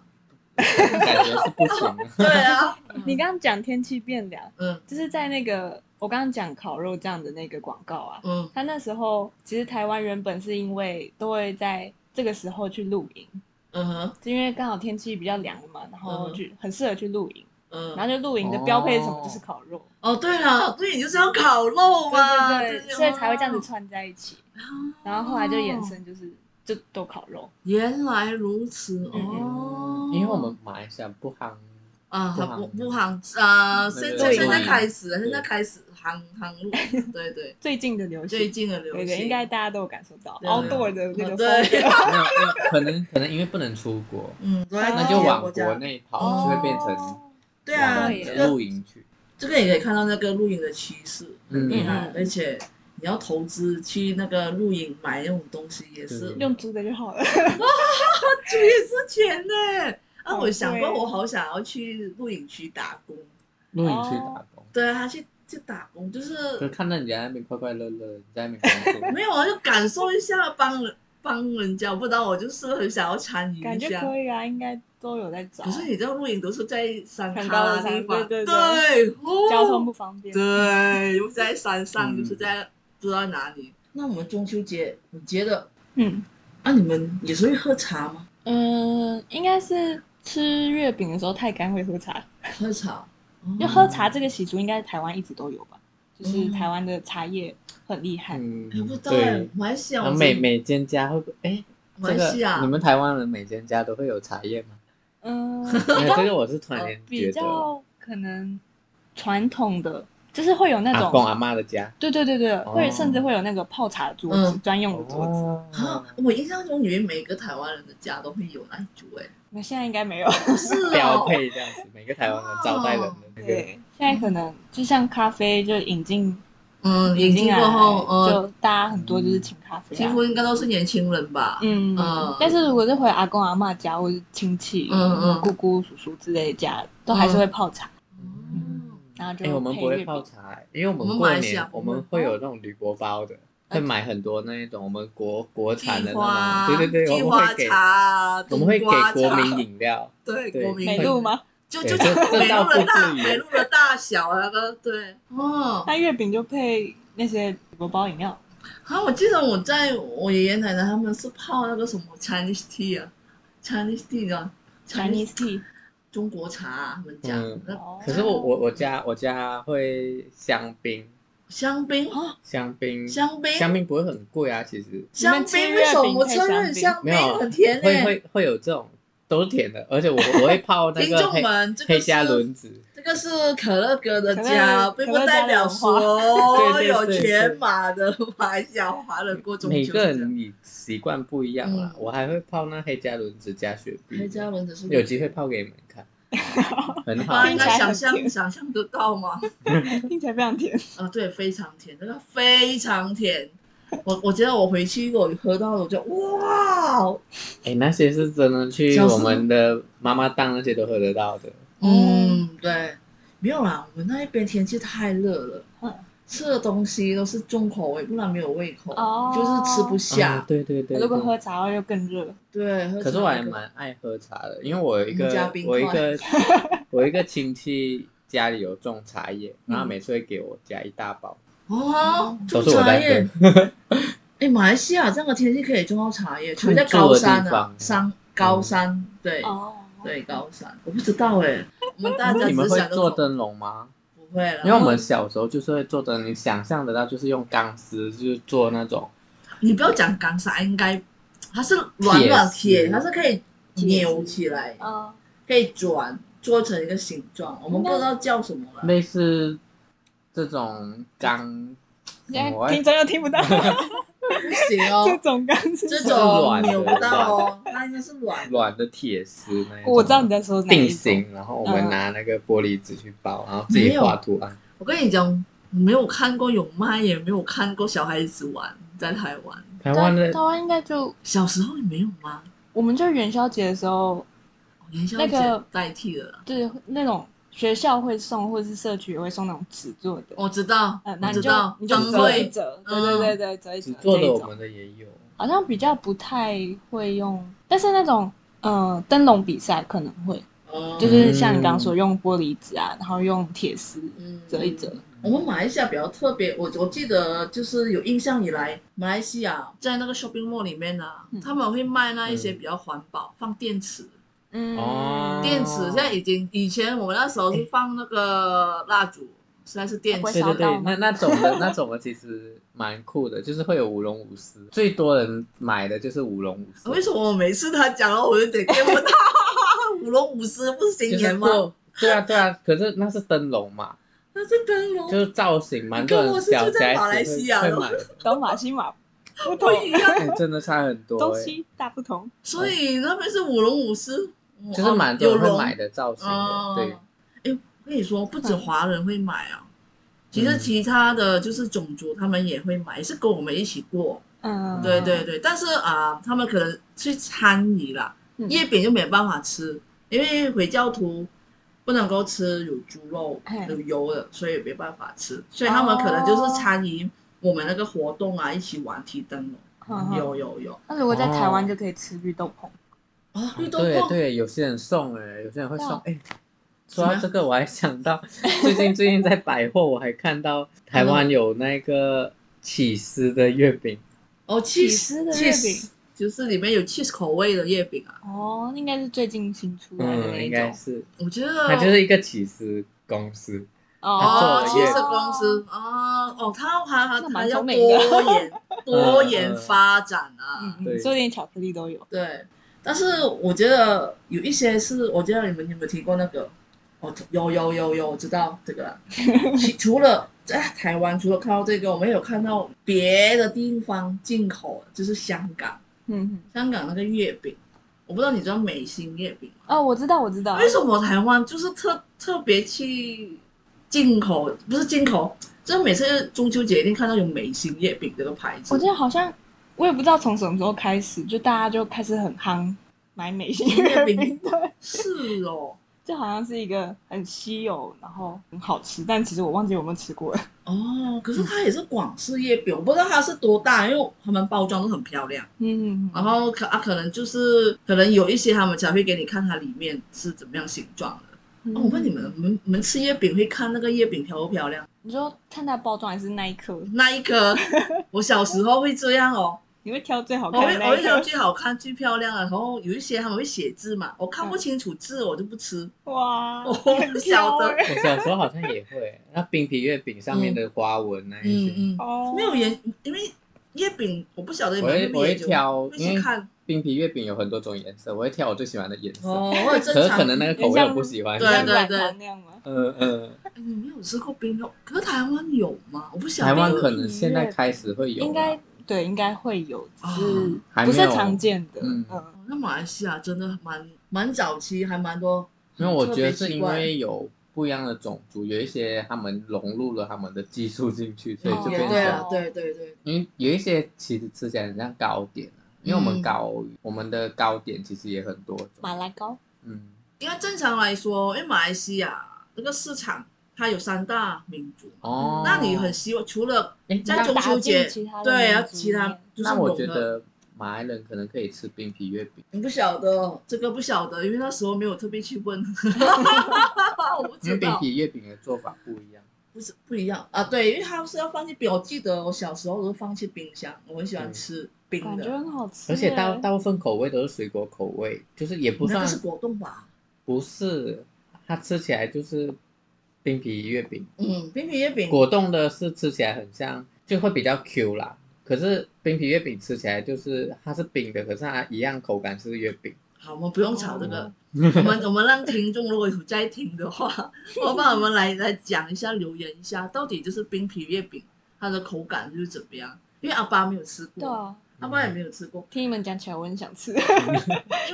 B: 感觉是不行的。
C: 对啊，
A: 你刚刚讲天气变凉，
C: 嗯
A: 就是在那个我刚刚讲烤肉酱的那个广告啊，
C: 嗯
A: 他那时候其实台湾原本是因为都会在这个时候去露营，
C: 嗯哼
A: 就因为刚好天气比较凉了嘛，然后去、很适合去露营，然后
C: 嗯。
A: 就露营的标配是什么
B: 哦
A: 就是烤肉，
C: 哦，对了，对，你就是要烤肉嘛，哦
A: 对对
C: 真
A: 对，
C: 的
A: 所以才会这样子。串在一起，
C: 哦
A: 然后后来就衍。生就是就都烤肉，
C: 原来如此
A: 嗯
C: 哦，
B: 因为我们马来西亚不夯，
C: 啊，
B: 不
C: 很
B: 行
C: 不不行，呃，
B: 对
C: 现
B: 对
C: 在
A: 对
C: 现在
A: 对
C: 开始了，
B: 对
C: 现在开始行行路，对对，
A: 最近的流行，
C: 最近的流
A: 对对，
C: 行
A: 应该大家都有感受到
C: 对
A: outdoor 的那个风
C: 哦对
A: 格，
B: 没有没有可能可能因为不能出国，
C: 嗯，对
B: 那就往国
C: 国家，
B: 内跑，就会变成
A: 哦
C: 对啊，
A: 对
C: 这
A: 耶
B: 往
C: 个
B: 露营去。
C: 这个也可以看到那个露营的趋势，很厉害
A: 嗯，
C: 而且你要投资去那个露营买那种东西也是，
B: 对
C: 就
A: 用租的就好 了。
C: 也是钱呢。啊，
A: 好
C: 我想过，
A: 贵
C: 我好想要去露营区打工，
B: 露营去打工，
C: 对啊，去去打工就是
B: 可看到人家在那边快快乐乐，在那 边工作，
C: 没有啊，就感受一下帮人帮人家，不知道我就是很想要参与
A: 感
C: 一
A: 觉
C: 下。
A: 可以啊，应该都有在找。
C: 可是你知道露营都是在山
A: 很
C: 咖
A: 高
C: 啦
A: 的山
C: 地方，
A: 对对
C: 对
A: 对
C: 哦
A: 交通不方便，
C: 对，又在山上，
B: 嗯
C: 又是在不知道哪里。那我们中秋节，你觉得
A: 嗯
C: 啊，你们也是会喝茶吗？
A: 嗯、应该是吃月饼的时候太干会喝茶，
C: 喝茶，哦
A: 就喝茶这个习俗应该台湾一直都有吧，
C: 嗯
A: 就是台湾的茶叶很厉害，
B: 嗯
C: 哎，不知道哎
B: 对，。
C: 马来西亚
B: 然
C: 我
B: 后
C: 是
B: 每每间家会不会哎，
C: 马
B: 这
C: 来西
B: 个
C: 亚
B: 你们台湾人每间家都会有茶叶吗？
A: 嗯、
B: 没有这个我是突然
C: 哦
B: 间
A: 比
B: 觉得，
A: 较可能传统的，就是会有那
B: 阿
A: 种，
B: 公阿哦妈的家，
A: 对对对对，会、甚至会有那个泡茶桌子、
C: 嗯
A: 专用的桌子，
B: 哦
C: 啊，我印象中以为每个台湾人的家都会有那一桌哎，
A: 那现在应该没有，
C: 不是
B: 标嗯
C: 哦，
B: 配这样子，每个台湾人招待人的那个
A: 对，现在可能就像咖啡就引进
C: 嗯，引进过后，
B: 啊
A: 来
C: 呃，
A: 就大家很多就是请咖啡、啊，
C: 几乎应该都是年轻人吧，
A: 嗯
C: 嗯，
A: 但是如果是回阿公阿嬷家或是亲戚，
C: 嗯嗯
A: 姑姑叔叔之类的家，都还是会泡茶，
C: 嗯
A: 然后就
B: 哎、我们
A: 配
B: 不会
A: 月饼
B: 泡茶、欸，因为我
C: 我们哦
B: 过
C: 马来西亚
B: 年
C: 不
B: 我
C: 会
B: 们会有那种铝箔包的，会买很多那一种我们国国
C: 菊
B: 产的那
C: 花，
B: 种，对对对，
C: 菊
B: 我们
C: 花
B: 会给
C: 茶，
B: 我们会
C: 冬瓜
B: 给国
C: 茶哦
B: 民饮料，
C: 对
B: 对
C: 国民
A: 美
C: 饮
A: 露吗？
C: 就
B: 对
C: 就
B: 哎 这这
C: 美
B: 倒
C: 露的
B: 不
C: 大
B: 至于
C: 美露的大小那个对，哦，
A: 那月饼就配那些国包饮料，
C: 好，我记得我在我爷爷奶奶他们是泡那个什么 Chinese tea 啊，Chinese tea 啊
A: Chinese tea
C: 中国茶啊、他们讲、
B: 嗯
C: 那
A: 哦。
B: 可是我我我家我家会香槟，
C: 香槟
A: 啊
B: 香槟
C: 香槟
B: 香槟不会很贵啊，其实
A: 你
C: 香
A: 们吃
C: 槟
A: 月
C: 为什
A: 饼
C: 么
A: 配
C: 承
A: 香
C: 认
A: 槟
C: 香槟
B: 没有
C: 很甜欸
B: 会
C: 呢、
B: 会会有这种都是甜的，而且我我会泡那
C: 听
B: 个
C: 众
B: 黑
C: 们，这个
B: 黑
C: 是
B: 加仑子，
C: 这个是可乐哥的家，
A: 可乐
C: 并不代表
A: 可
C: 所
B: 家的文
C: 有
B: 化 对对对对
C: 全马的马来西亚华人过中秋
B: 每
C: 节。
B: 个人你习惯不一样啦，
C: 嗯
B: 我还会泡那黑加仑子加雪碧，
C: 黑加仑子是
B: 有机会泡给你们 看，很好哎
C: 哇，
A: 听
C: 应
A: 起来
C: 该
A: 很
C: 想象
A: 甜
C: 想象得到 吗？
A: 听起来非常甜，
C: 啊，对，非常甜，真的非常甜。我我觉得我回去我喝到了，我就哇，哦
B: 哎、那些是真的去
C: 小时候
B: 我们的妈妈档那些都喝得到的。
C: 嗯，对，没有啦，我们那一边天气太热了，
A: 嗯
C: 吃的东西都是重口味，不然没有胃口，
A: 哦
C: 就是吃不
B: 啊，
C: 下。
B: 对对对
A: 如果
B: 对
A: 喝茶的话就更热，
C: 对，喝
B: 可是
C: 茶
B: 我还
C: 那个
B: 蛮爱喝茶的，因为我有一
C: 我们家
B: 个
C: 冰块
B: 我一个 我一个亲戚家里有种茶叶，然后每次会给我加一大包，
C: 哦，
B: 都
C: 嗯种
B: 是我
C: 茶
B: 在
C: 叶。
B: 喝。
C: 哎，马来西亚这样的天气可以种到茶叶，除
B: 看
C: 在
B: 住
C: 高
B: 的
C: 山
B: 地
C: 啊，
B: 方嗯
C: 山高山，对
A: 哦，
C: 对高山，我不知道哎，我们大家
B: 你
C: 只
B: 们
C: 是
B: 会
C: 想着
B: 做
C: 口
B: 灯笼吗？
C: 不会了，
B: 因为我们小时候就是会做灯，你想象得到就是用钢丝，就是做那种
C: 你不要讲钢砂，应该它是软软
B: 铁
C: 铁，
B: 丝
C: 它是可以扭起来，
A: 啊，
C: 可以转做成一个形状，我们不知道叫什么了。
B: 类似这种钢，
A: 现在
B: 嗯我还
A: 听真的听不到
C: 不行
A: 这
C: 哦，
A: 种感觉。
C: 这
B: 是
C: 种
B: 软的
C: 扭不到哦，它应该是软的。
B: 软的铁丝那一种。
A: 我知道你在说哪一
B: 定
A: 种，
B: 型，然后我们拿那个玻璃纸去包，然后自
C: 没
B: 己
C: 有
B: 画图案。
C: 我跟你讲，没有看过有卖，也没有看过小孩子玩，在台湾
B: 台
A: 台
B: 湾的
A: 台湾应该就
C: 小时候也没有吗？
A: 我们就元宵节的时候，
C: 元宵
A: 那
C: 节
A: 个
C: 代替了啦，
A: 就是那种学校会送，或者是社区也会送那种纸做的，
C: 我知道，
A: 嗯，
C: 我
A: 那
C: 知
A: 你就
C: 道，
A: 你就
C: 灯
A: 折一
C: 会
A: 折，
C: 嗯
A: 对对对对，折一
B: 纸
A: 折
B: 做
A: 这
B: 的
A: 一
B: 我
A: 种，
B: 们的也有，
A: 好像比较不太会用，但是那种呃，灯笼比赛可能会，
C: 哦
A: 就是像你刚刚说用玻璃纸啊，然后用铁丝
C: 嗯
A: 折一折。
C: 我们马来西亚比较特别，我我记得就是有印象以来，马来西亚嗯在那个 shopping mall 里面呢、啊，
A: 嗯
C: 他们会卖那一些比较环保，放电池，
A: 嗯
B: 哦
C: 电池现在已经以前我们那时候是放那个蜡烛，现在是电
A: 会
B: 对
C: 池
A: 烧
B: 对
A: 到
B: 对
A: 吗，
B: 那那种 的那种的其实蛮酷的，就是会有舞龙舞狮，最多人买的就是舞龙舞狮。
C: 为什么我每次他讲了，我就得跟我 舞龙舞狮不是新
B: 就是
C: 年吗？
B: 过对啊对啊，可是那是灯笼嘛，
C: 那是灯笼，
B: 就是造型蛮
C: 哦你
B: 多
C: 跟
B: 人
C: 我是
B: 小
C: 住在
B: 家
C: 马来
B: 一起
C: 西亚
B: 会
C: 的
B: 会买的，
A: 东马西马不同
C: 不，一样。
B: 哎真的差很多
A: 东
B: 哎，
A: 西大不同。
C: 所以那边是舞龙舞狮，哦
B: 就是蛮多
C: 有
B: 人会
C: 龙
B: 买的造型的，对
C: 哦，，哎，我跟你说，不止
A: 嗯
C: 华人会买啊，其实
B: 嗯
C: 其他的就是种族他们也会买，也是跟我们一起过。
A: 嗯，
C: 对对对，但是啊、他们可能去参与啦，
A: 嗯
C: 夜饼就没办法吃，因为回教徒不能够吃有猪肉
A: 嘿、
C: 有油的，所以没办法吃，所以他们可能就是参与我们那个活动啊，一起玩提灯笼。
B: 哦
A: 嗯嗯
C: 有有有
A: 那如果在台湾就可以吃绿豆椪，
C: 啊，绿豆
B: 哦对
C: 椪
B: 对，有些人送哎，有些人会送
A: 哇
B: 哎。说到
C: 什么
B: 这个，我还想到 最近最近在百货，我还看到台湾有那个起司的月饼，
C: 哦
A: 起
C: ，cheese
A: 司的月
C: cheese
A: 饼。
C: 就是里面有 cheese 口味的月饼啊，
A: 哦，应该是最近新出来的
B: 嗯，
A: 那一
B: 应
A: 种
B: 该。是，
C: 我觉得
B: 它就是一个起司公司，
C: 哦，
B: 做
C: 汽
B: 月
C: 车公司啊，哦，它还还
A: 那
C: 还
A: 蛮
C: 要
A: 聪明的
C: 多 元多元
B: 嗯
C: 发展
A: 嗯
C: 啊，
A: 嗯，
B: 对
A: 所以连巧克力都有。
C: 对。但是我觉得有一些是，我觉得你们有没有听过那个？哦，有有有有，我知道这个啦。其 除了在台湾，除了看到这个，我们有看到别的地方进口，就是香港，
A: 嗯，
C: 香港那个月饼，我不知道你知道美心月饼吗？
A: 哦，我知道，我知道。
C: 为什么台湾就是特特别去进口，不是进口，就是每次中秋节一定看到有美心月饼这个牌子。
A: 我记得好像我也不知道从什么时候开始，就大家就开始很夯买美心月饼，对，
C: 是哦，
A: 就好像是一个很稀有，然后很好吃，但其实我忘记有没有吃过了。
C: 哦，可是它也是广式月饼，我不知道它是多大，因为他们包装都很漂亮。
A: 嗯，
C: 然后可啊，可能就是可能有一些他们才会给你看它里面是怎么样形状的。
A: 嗯
C: 哦、我问你们，，你们你们吃月饼会看那个月饼漂不漂亮？
A: 你说看它包装还是那一颗，
C: 那一颗，我小时候会这样哦。
A: 你会挑最好
C: 我
A: 看的
C: 会我
A: 那
C: 会
A: 一
C: 挑
A: 颗？
C: 最好看、最漂亮的，啊然后有一些他们会写字嘛，我
B: 嗯
C: 看不清楚字，我就不吃。
A: 哇，
C: 我不晓得
A: 很挑欸
B: 我小时候好像也会，那冰皮月饼上面的花纹那一些，
C: 嗯嗯，
A: 哦，
C: 没有研，因为月饼我不晓得有
B: 我
C: 没
B: 会
C: 有那
B: 我
C: 么
B: 会
C: 研究，
B: 挑，
C: 会
B: 因
C: 去
B: 为
C: 看
B: 冰皮月饼有很多种颜色，我会挑我最喜欢的颜色。
C: 哦，或者
B: 可
C: 正
B: 是
C: 常。
B: 可能那个口味我不喜欢。
C: 对
A: 像
C: 对
A: 软
C: 对
A: 糖那样吗？
B: 嗯嗯，
C: 哎你没有吃过冰肉，可是台湾有吗？我不晓得。
B: 台湾可能现在开始会有啦，啊
A: 应该对，应该会有，只
C: 哦
A: 是
B: 还
A: 不是
B: 没有
A: 常见的。
B: 嗯
A: 嗯
C: 哦那马来西亚真的蛮蛮早期，还蛮多。
B: 因为我觉得
C: 特别
B: 是
C: 奇
B: 因
C: 怪
B: 为有不一样的种族，有一些他们融入了他们的技术进去，所以
C: 嗯
B: 就
C: 也
B: 变成
C: 对
B: 这
A: 了
B: 样。
C: 啊，对对对，
B: 因为有一些其实吃起来很像糕点啊，因为我
C: 嗯
B: 们糕、我们的糕点其实也很多种。
A: 马拉糕，
B: 嗯，
C: 因为正常来说，因为马来西亚这个市场它有三大民族嘛，
B: 哦，
C: 那你很希望除了
B: 诶
C: 在
B: 那
C: 中秋节
A: 打进其他的
C: 对，
A: 民
C: 要
A: 族
C: 其
A: 里
C: 他
A: 面
C: 就是
B: 那我
C: 融
B: 觉
C: 合
B: 得马来人可能可以吃冰皮月饼，
C: 我不晓得这个不晓得，因为那时候没有特别去 问， 我不
B: 因
C: 知
B: 为冰
C: 道，
B: 皮月饼的做法不一样。
C: 不是不一样啊。对，因为它是要放进冰，我记得我小时候都放进冰箱，我很喜欢吃冰
A: 感觉
C: 的，
A: 很好吃欸。
B: 而且大大部分口味都是水果口味，就是也不
C: 那
B: 算
C: 个是果冻吧？
B: 不是，它吃起来就是冰皮月饼。
C: 嗯，冰皮月饼
B: 果冻的是吃起来很像，就会比较 Q 啦。可是冰皮月饼吃起来就是它是冰的，可是它一样口感是月饼。
C: 好，我们不用吵这个
B: 哦，
C: 我们我们让听众如果有在听的话， 我帮我们来来讲一下，留言一下，到底就是冰皮月饼它的口感就是怎么样？因为阿爸没有吃
A: 对
C: 过，
A: 啊，
C: 阿爸也没有吃过，
A: 听你们讲起来，我很想吃。
C: 因为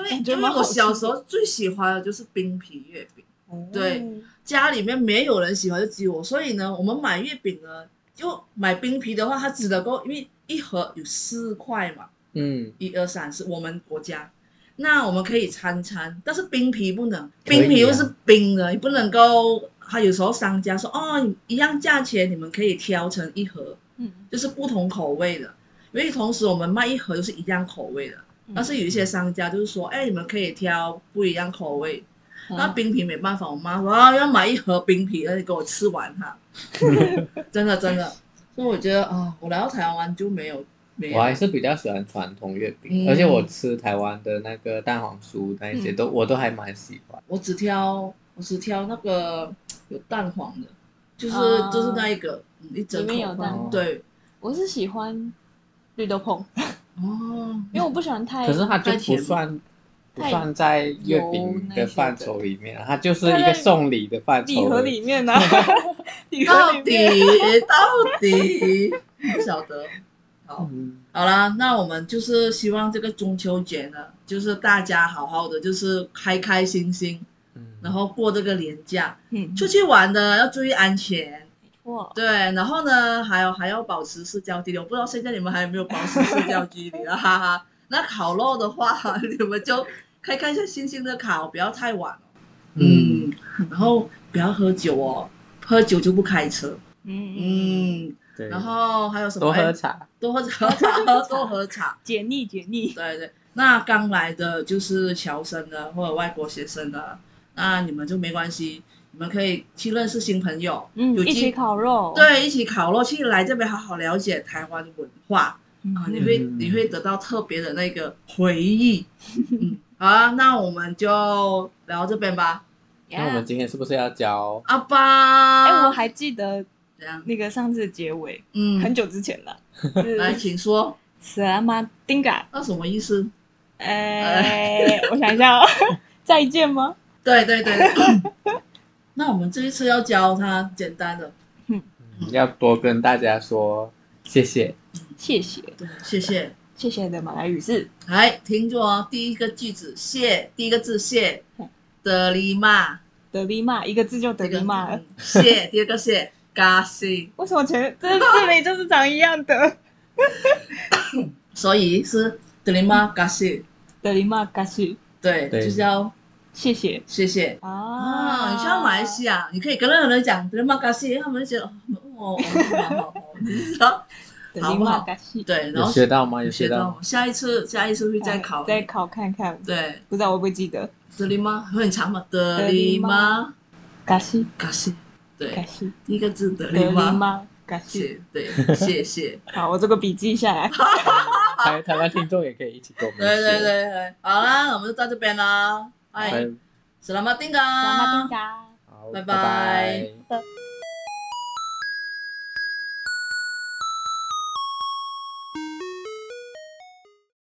A: 感觉
C: 因为
A: 蛮好
C: 我
A: 吃
C: 小
A: 的
C: 时候最喜欢的就是冰皮月饼，
A: 哦
C: 对，家里面没有人喜欢，就只有我。所以呢，我们买月饼呢，就买冰皮的话，它只能够因为一盒有四块嘛，
B: 嗯，
C: 一二三四，我们国家。那我们可以掺掺，但是冰皮不能，
B: 可以啊
C: 冰皮又是冰的，你不能够。他有时候商家说哦，一样价钱，你们可以挑成一盒，
A: 嗯，
C: 就是不同口味的。因为同时我们卖一盒就是一样口味的，
A: 嗯
C: 但是有一些商家就是说，哎，你们可以挑不一样口味。那
A: 啊
C: 冰皮没办法，我妈说啊要买一盒冰皮，那你给我吃完 它，真的真的。所以我觉得啊，我来到台湾就没有没有
B: 我，还是比较喜欢传统月饼，
C: 嗯
B: 而且我吃台湾的那个蛋黄酥那一些
C: 嗯
B: 都、我都还蛮喜欢。
C: 我只挑我只挑那个有蛋黄的，就是、
A: 啊
C: 就是那一个嗯一整口
A: 里面有蛋
B: 黄
C: 对
A: 我是喜欢绿豆椪，
C: 哦，
A: 因为我不喜欢太
B: 可是它就
C: 太
B: 不
C: 甜了
B: 算不
A: 太
B: 算在月饼的范畴里面啊，它就是一个送礼的范畴而已。
A: 礼盒里面呢、礼盒
C: 到
A: 里
C: 底
A: 面
C: 到底不晓得。好，
B: 嗯，
C: 好啦，那我们就是希望这个中秋节呢，就是大家好好的，就是开开心心，
B: 嗯
C: 然后过这个年假。
A: 嗯，
C: 出去玩的要注意安全，
A: 错，
C: 对，然后呢，还有还要保持社交距离，我不知道现在你们还有没有保持社交距离了，哈哈。那烤肉的话， 你们就开开心心的烤，不要太晚哦。
B: 嗯，
C: 然后不要喝酒哦，喝酒就不开车。
A: 嗯嗯，
C: 嗯，
B: 对，
C: 然后还有什么？
B: 多喝
C: 哎
B: 茶，
C: 多喝茶， 喝多喝茶。
A: 解腻解腻，
C: 对对，那刚来的就是侨生的或者外国学生的，那你们就没关系，你们可以去认识新朋友，
A: 嗯，
C: 有
A: 一
C: 机
A: 起烤肉，
C: 对，一起烤肉，去来这边好好了解台湾文化
A: 嗯，
C: 啊，你会
B: 嗯
C: 你会得到特别的那个 回忆。嗯，好啊，那我们就聊到这边吧。
B: 那我们今天是不是要教？
C: 阿巴，
A: 哎、我还记得
C: 怎样？
A: 那个上次的结尾，
C: 嗯，哎
A: 很久之前了，
C: 来，
A: 是
C: 请说，
A: s a m a d i n g a
C: 那什么意思？
A: 哎，我想一下哦， 再见吗？
C: 对对 对。对那我们这一次要教他简单的，
B: 嗯要多跟大家说谢谢。
A: 谢谢，
C: 对，谢谢。
A: 谢谢的马来语是
C: 来，听住哦，第一个句子谢，第一个字谢
A: 嗯，
C: 德里玛，
A: 德利玛，一个字就德
C: 这个
A: 利玛了。
C: 嗯谢，第二个谢，嘎西。
A: 为什么前这这里就是长一样的？
C: 所以是 terima kasih，
A: 德利玛嘎西，
C: 对，
B: 对
C: 就是要
A: 谢谢
C: 谢谢
A: 啊！
C: 啊。你像马来西亚，你可以跟任何人讲 terima kasih，他们就觉得哦哦哦，哦你知道？
A: 德利玛嘎西，
C: 对，然
B: 有
C: 后
B: 学到吗？有
C: 有学
B: 学
C: 到
B: 到
C: 吗，下一次下一次会再考，
A: 再考看看，
C: 对
A: 不知道我会不会记得
C: terima 会很长嘛
A: terima
C: ，terima
A: 嘎西
C: kasih，
A: 嘎
C: 对，
A: 西
C: 第一个字
A: 德利
C: terima，
A: 玛嘎西。
C: 谢，对，谢谢。
A: 好，我这个笔记 下来。
B: 台台湾听众也可以一起跟我们
C: 对对
B: 学，
C: 对对，好啦，我们就到这边啦。哎，
B: 拜，
C: s e l a m a t i n g
A: 马丁嘎。
B: 好
C: 拜拜
B: 拜。
A: 拜